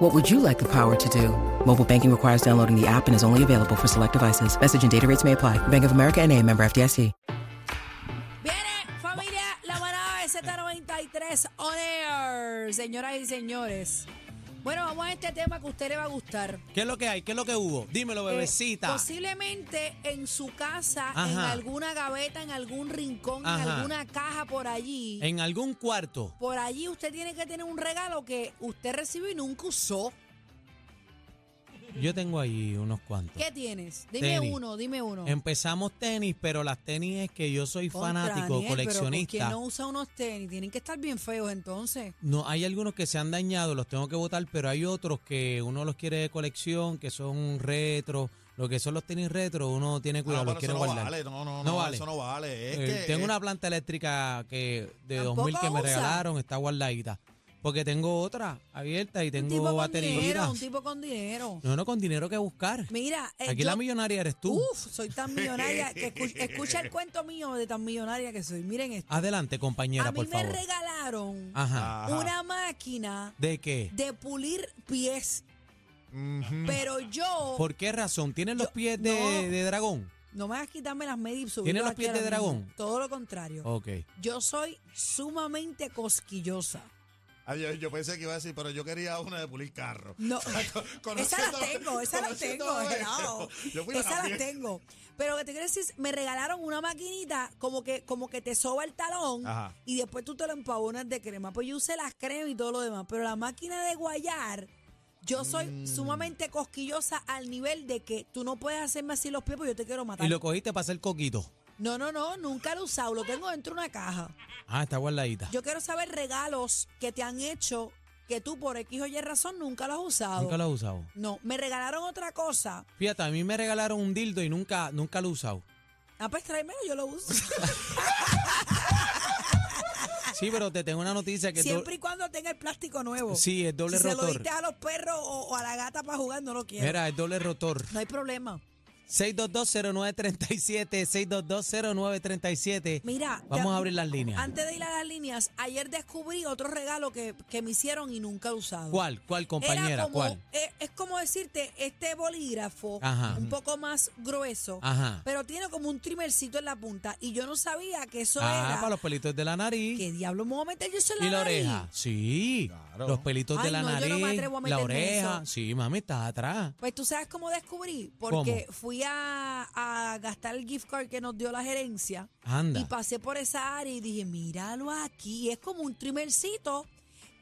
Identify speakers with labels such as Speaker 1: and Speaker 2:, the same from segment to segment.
Speaker 1: What would you like the power to do? Mobile banking requires downloading the app and is only available for select devices. Message and data rates may apply. Bank of America and a member FDIC.
Speaker 2: Viene, familia, la manada de Z93 On Air, señoras y señores. Bueno, vamos a este tema que a usted le va a gustar.
Speaker 3: ¿Qué es lo que hay? ¿Qué es lo que hubo? Dímelo,
Speaker 2: Eh,
Speaker 3: bebecita.
Speaker 2: posiblemente en su casa, en
Speaker 3: Ajá.
Speaker 2: alguna gaveta, en algún rincón, en
Speaker 3: Ajá.
Speaker 2: alguna caja por allí.
Speaker 3: en algún cuarto.
Speaker 2: Por allí usted tiene que tener un regalo que usted recibió y nunca usó.
Speaker 3: Yo tengo ahí unos cuantos.
Speaker 2: ¿Qué tienes? Dime
Speaker 3: Tenis.
Speaker 2: uno, dime uno.
Speaker 3: Empezamos tenis, pero las tenis es que yo soy
Speaker 2: Contra,
Speaker 3: fanático,
Speaker 2: Aniel, pero ¿por
Speaker 3: coleccionista.
Speaker 2: qué no usa unos tenis? Tienen que estar bien feos entonces.
Speaker 3: No, hay algunos que se han dañado, los tengo que votar, pero hay otros que uno los quiere de colección, que son retro. Lo que son los tenis retro, uno tiene
Speaker 4: Ah,
Speaker 3: cuidado,
Speaker 4: no,
Speaker 3: los
Speaker 4: pero
Speaker 3: quiere
Speaker 4: eso
Speaker 3: guardar.
Speaker 4: No, vale, no, no,
Speaker 3: No
Speaker 4: no,
Speaker 3: vale.
Speaker 4: eso no vale. Es
Speaker 3: Eh,
Speaker 4: que,
Speaker 3: tengo
Speaker 4: eh,
Speaker 3: una planta eléctrica que de
Speaker 2: Tampoco
Speaker 3: 2000 que me
Speaker 2: usa.
Speaker 3: regalaron, está guardadita. Porque tengo otra abierta y
Speaker 2: un tipo
Speaker 3: tengo
Speaker 2: con
Speaker 3: batería.
Speaker 2: dinero, un tipo con dinero.
Speaker 3: No, no, con dinero que buscar.
Speaker 2: Mira, eh,
Speaker 3: Aquí
Speaker 2: yo-
Speaker 3: la millonaria eres tú.
Speaker 2: Uf, soy tan millonaria que escu- escucha el cuento mío de tan millonaria que soy. Miren esto.
Speaker 3: Adelante, compañera,
Speaker 2: A mí
Speaker 3: por
Speaker 2: me
Speaker 3: favor. Ah.
Speaker 2: regalaron
Speaker 3: Ajá.
Speaker 4: Ajá.
Speaker 2: una máquina
Speaker 3: ¿De qué?
Speaker 2: de pulir pies,
Speaker 4: ujú.
Speaker 2: pero yo
Speaker 3: Mm. ¿Por qué razón? ¿Tienes los
Speaker 2: Yo-
Speaker 3: pies de,
Speaker 2: no.
Speaker 3: de dragón?
Speaker 2: no me vas a quitarme las medias y subirlos
Speaker 3: ¿Tiene los
Speaker 2: aquí
Speaker 3: pies
Speaker 2: ahora
Speaker 3: de
Speaker 2: mismo.
Speaker 3: dragón? Oh.
Speaker 2: Todo lo contrario.
Speaker 3: Ok.
Speaker 2: Yo soy sumamente cosquillosa.
Speaker 4: Ay, yo, yo pensé que iba a decir, pero yo quería una de pulir carro.
Speaker 2: No, esa
Speaker 4: Conociendo-
Speaker 2: la tengo, esa la
Speaker 4: conociendo
Speaker 2: tengo,
Speaker 4: a Bebé,
Speaker 2: hello.
Speaker 4: yo fui a la
Speaker 2: esa la
Speaker 4: fiesta.
Speaker 2: tengo. Pero lo que te quiero decir es, me regalaron una maquinita como que, como que te soba el talón
Speaker 4: Ajá.
Speaker 2: y después tú te lo empabonas de crema. Pues yo usé las cremas y todo lo demás, pero la máquina de guayar, yo soy
Speaker 4: Mm.
Speaker 2: sumamente cosquillosa al nivel de que tú no puedes hacerme así los pies porque yo te quiero matar.
Speaker 3: Y lo cogiste para hacer coquito.
Speaker 2: No, no, no, nunca lo he usado, lo tengo dentro de una caja.
Speaker 3: Ah, está guardadita.
Speaker 2: Yo quiero saber regalos que te han hecho que tú por X o Y razón nunca los has usado.
Speaker 3: Nunca lo he usado.
Speaker 2: No, me regalaron otra cosa.
Speaker 3: Fíjate, a mí me regalaron un dildo y nunca, nunca lo he usado.
Speaker 2: Ah, pues tráemelo, yo lo uso.
Speaker 3: Sí, pero te tengo una noticia que... es do-
Speaker 2: Siempre y cuando tenga el plástico nuevo.
Speaker 3: Sí, es doble
Speaker 2: si se lo
Speaker 3: rotor.
Speaker 2: diste a los perros o, o a la gata para jugar, no lo quiero.
Speaker 3: Mira, es doble rotor.
Speaker 2: No hay problema.
Speaker 3: 6220937, 6220937.
Speaker 2: Mira.
Speaker 3: Vamos
Speaker 2: te-
Speaker 3: a abrir las líneas.
Speaker 2: Antes de ir a las líneas, ayer descubrí otro regalo que, que me hicieron y nunca he usado.
Speaker 3: ¿Cuál? ¿Cuál,
Speaker 2: Era
Speaker 3: compañera?
Speaker 2: como-
Speaker 3: ¿Cuál?
Speaker 2: eh, es como decirte, este bolígrafo,
Speaker 3: Ajá.
Speaker 2: un poco más grueso,
Speaker 3: Ajá.
Speaker 2: pero tiene como un trimercito en la punta. Y yo no sabía que eso
Speaker 3: Ah,
Speaker 2: era.
Speaker 3: para los pelitos de la nariz.
Speaker 2: ¿Qué diablo me voy a meter yo eso en la
Speaker 3: Y la
Speaker 2: nariz?
Speaker 3: oreja, sí.
Speaker 4: Claro.
Speaker 3: Los pelitos de
Speaker 2: Ay,
Speaker 3: la
Speaker 2: no, yo no
Speaker 3: nariz,
Speaker 2: me atrevo a
Speaker 3: la
Speaker 2: meterme
Speaker 3: oreja.
Speaker 2: eso.
Speaker 3: Sí, mami, estás atrás.
Speaker 2: Pues tú sabes cómo descubrí, porque fui a, a gastar el gift card que nos dio la gerencia
Speaker 3: Anda.
Speaker 2: y pasé por esa área y dije, míralo aquí, es como un trimercito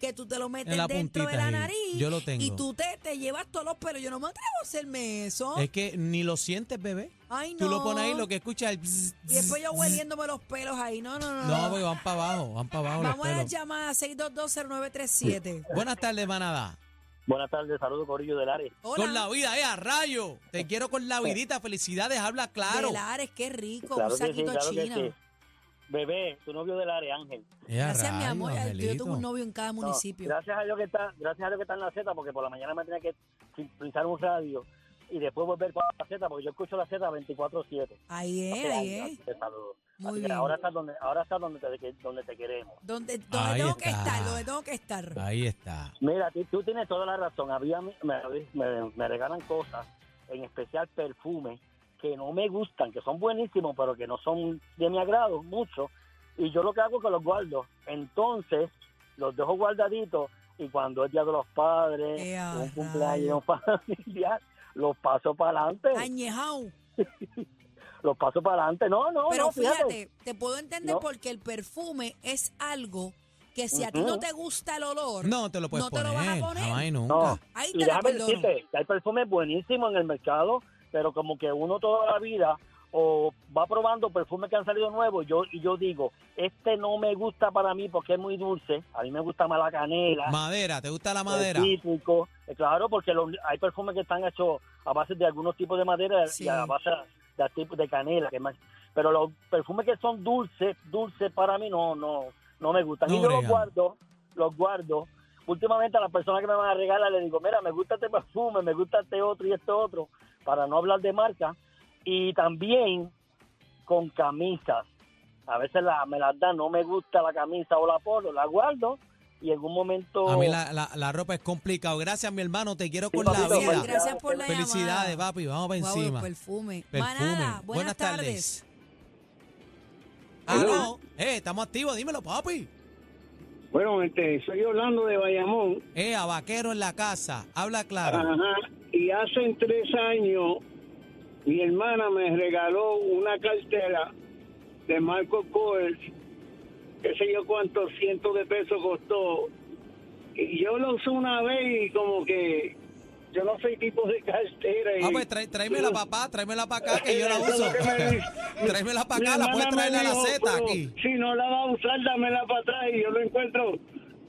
Speaker 2: que tú te lo metes
Speaker 3: En la
Speaker 2: dentro de la
Speaker 3: puntita, sí.
Speaker 2: nariz
Speaker 3: Yo lo
Speaker 2: y
Speaker 3: tengo.
Speaker 2: tú te, te llevas todos los pelos. Yo no me atrevo a hacerme eso.
Speaker 3: Es que ni lo sientes, bebé.
Speaker 2: Ay,
Speaker 3: Tú
Speaker 2: no.
Speaker 3: lo pones ahí, lo que escuchas es el bzz,
Speaker 2: Y después yo
Speaker 3: bzz,
Speaker 2: hueliéndome los pelos ahí. No, no, no.
Speaker 3: bzz. No, porque van para abajo, van para abajo
Speaker 2: Vamos a la
Speaker 3: los pelos.
Speaker 2: llamada 6220937.
Speaker 3: Buenas tardes, manada.
Speaker 5: Buenas tardes, saludos Corillo del área.
Speaker 2: Hola.
Speaker 3: Con la vida, eh, a rayo. Te quiero con la vidita. Felicidades, habla claro.
Speaker 2: De Lares, qué rico,
Speaker 5: Claro
Speaker 2: un
Speaker 5: que sí,
Speaker 2: saquito
Speaker 5: claro que
Speaker 2: china.
Speaker 5: sí. Bebé, tu novio del área, Ángel.
Speaker 3: Eh, a
Speaker 2: Gracias, mi
Speaker 3: rayo,
Speaker 2: amor. Ay, Yo
Speaker 3: Angelito.
Speaker 2: tuve un novio en cada
Speaker 5: No,
Speaker 2: municipio.
Speaker 5: gracias a Dios que está, gracias a Dios que está en la Z, porque por la mañana me tenía que sintonizar un radio y después volver para la Z, porque yo escucho la Z 24/7.
Speaker 2: Ahí es,
Speaker 5: Ah, Hace
Speaker 2: ahí
Speaker 5: años,
Speaker 2: es.
Speaker 5: así que saludos.
Speaker 2: Muy
Speaker 5: Así que
Speaker 2: bien.
Speaker 5: ahora estás donde, ahora estás donde te, donde te queremos.
Speaker 2: Donde, donde
Speaker 3: Ahí
Speaker 2: tengo que
Speaker 3: está.
Speaker 2: estar, donde tengo que estar.
Speaker 3: Ahí está.
Speaker 5: Mira, tú, tú tienes toda la razón. Había, me, me- me regalan cosas, en especial perfumes, que no me gustan, que son buenísimos, pero que no son de mi agrado mucho. Y yo lo que hago es que los guardo. Entonces, los dejo guardaditos y cuando es Día de los Padres,
Speaker 2: ¡Eh, a
Speaker 5: un
Speaker 2: rayos!
Speaker 5: cumpleaños familiar, los paso para adelante.
Speaker 2: Añejao.
Speaker 5: Los paso para adelante. No, no,
Speaker 2: Pero
Speaker 5: no, fíjate.
Speaker 2: fíjate, te puedo entender
Speaker 5: No.
Speaker 2: porque el perfume es algo que si a ti
Speaker 5: Ujú.
Speaker 2: no te gusta el olor,
Speaker 3: No te lo puedes
Speaker 2: no te
Speaker 3: poner.
Speaker 2: lo vas a poner.
Speaker 3: Jamás y nunca.
Speaker 5: No.
Speaker 2: ahí
Speaker 5: Y
Speaker 2: te la
Speaker 5: déjame
Speaker 2: perdono.
Speaker 5: decirte, que hay perfumes buenísimos en el mercado, pero como que uno toda la vida o va probando perfumes que han salido nuevos yo, y yo digo, este no me gusta para mí porque es muy dulce, a mí me gusta más la canela,
Speaker 3: Madera, ¿te gusta la madera?
Speaker 5: el cítrico, Eh, claro, porque los- hay perfumes que están hechos a base de algunos tipos de madera
Speaker 2: Sí.
Speaker 5: y a base de, tip- de canela, que es más- Pero los perfumes que son dulces, dulces para mí no, no, no me gustan.
Speaker 3: No
Speaker 5: y yo los
Speaker 3: bregan.
Speaker 5: guardo, los guardo. Últimamente a las personas que me van a regalar le digo, mira, me gusta este perfume, me gusta este otro y este otro, para no hablar de marca. Y también con camisas. A veces la, me las dan, no me gusta la camisa o la polo, la guardo y en un momento...
Speaker 3: A mí la, la- la ropa es complicado. Gracias, mi hermano. Te quiero
Speaker 5: Sí,
Speaker 3: con la
Speaker 5: papito, pues.
Speaker 3: vida.
Speaker 2: Gracias, gracias por la
Speaker 3: Felicidades,
Speaker 2: llamada.
Speaker 3: papi. Vamos para
Speaker 2: Guau, los
Speaker 3: encima.
Speaker 2: perfumes.
Speaker 3: Perfume.
Speaker 2: Manada, buenas, tardes.
Speaker 3: tardes. Aló. Eh, estamos activos. Dímelo, papi.
Speaker 6: Bueno, este, soy Orlando de Bayamón.
Speaker 3: Eh, a vaquero en la casa. Habla claro.
Speaker 6: Ajá. Y hace tres años mi hermana me regaló una cartera de Marco Kors, qué sé yo cuántos cientos de pesos costó. Y yo la usé una vez y como que yo no soy tipo de cartera. y-
Speaker 3: Ah, pues trae- tráemela para acá, tráemela para acá, que yo la
Speaker 6: Eso es
Speaker 3: uso.
Speaker 6: lo que me dice.
Speaker 3: tráemela
Speaker 6: Mi
Speaker 3: para acá, la
Speaker 6: hermana
Speaker 3: puedes
Speaker 6: me
Speaker 3: traer a la
Speaker 6: dijo,
Speaker 3: Z
Speaker 6: pero
Speaker 3: aquí.
Speaker 6: Si no la va a usar, dámela para atrás y yo lo encuentro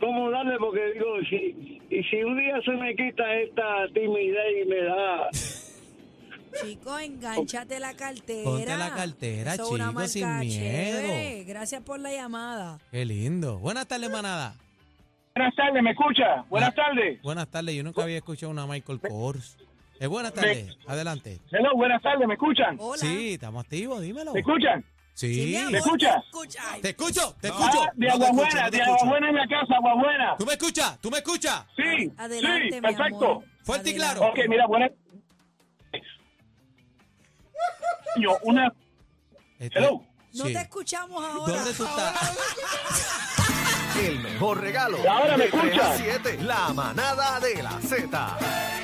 Speaker 6: como darle porque digo, si, y si un día se me quita esta timidez y me da...
Speaker 2: Chicos, enganchate la cartera.
Speaker 3: Ponte la cartera,
Speaker 2: Eso es una
Speaker 3: chicos, sin
Speaker 2: marca
Speaker 3: miedo.
Speaker 2: chévere. Gracias por la llamada.
Speaker 3: Qué lindo. Buenas tardes, manada.
Speaker 7: Buenas tardes, ¿me escucha? Buenas
Speaker 3: Ah.
Speaker 7: tardes.
Speaker 3: Buenas tardes. Yo nunca había escuchado una Michael Kors. Eh, buenas tardes. Adelante.
Speaker 7: Hello, buenas tardes, ¿me escuchan?
Speaker 2: Hola.
Speaker 3: Sí, estamos activos. Dímelo.
Speaker 7: ¿Me escuchan?
Speaker 2: Sí, mi
Speaker 3: Sí.
Speaker 2: amor,
Speaker 7: ¿Me escucha?
Speaker 2: escucha.
Speaker 3: Te escucho, te escucho.
Speaker 7: Ah, de
Speaker 3: No te escucho,
Speaker 7: Aguabuena,
Speaker 3: no te
Speaker 7: de
Speaker 3: escucho.
Speaker 7: Aguabuena en la casa, Aguabuena.
Speaker 3: Tú me escuchas, tú me escuchas.
Speaker 7: Sí,
Speaker 2: Adelante,
Speaker 7: sí,
Speaker 2: mi
Speaker 7: perfecto.
Speaker 2: amor.
Speaker 3: Fuerte y
Speaker 2: Adelante.
Speaker 3: claro.
Speaker 7: Ok, mira, buenas. Yo, una.
Speaker 3: Este-
Speaker 7: Hello.
Speaker 2: No
Speaker 3: Sí.
Speaker 2: te escuchamos ahora.
Speaker 3: ¿Dónde tú estás?
Speaker 8: El mejor regalo.
Speaker 7: Y ahora me
Speaker 8: De tres
Speaker 7: escucha.
Speaker 8: a siete, la manada de la Z.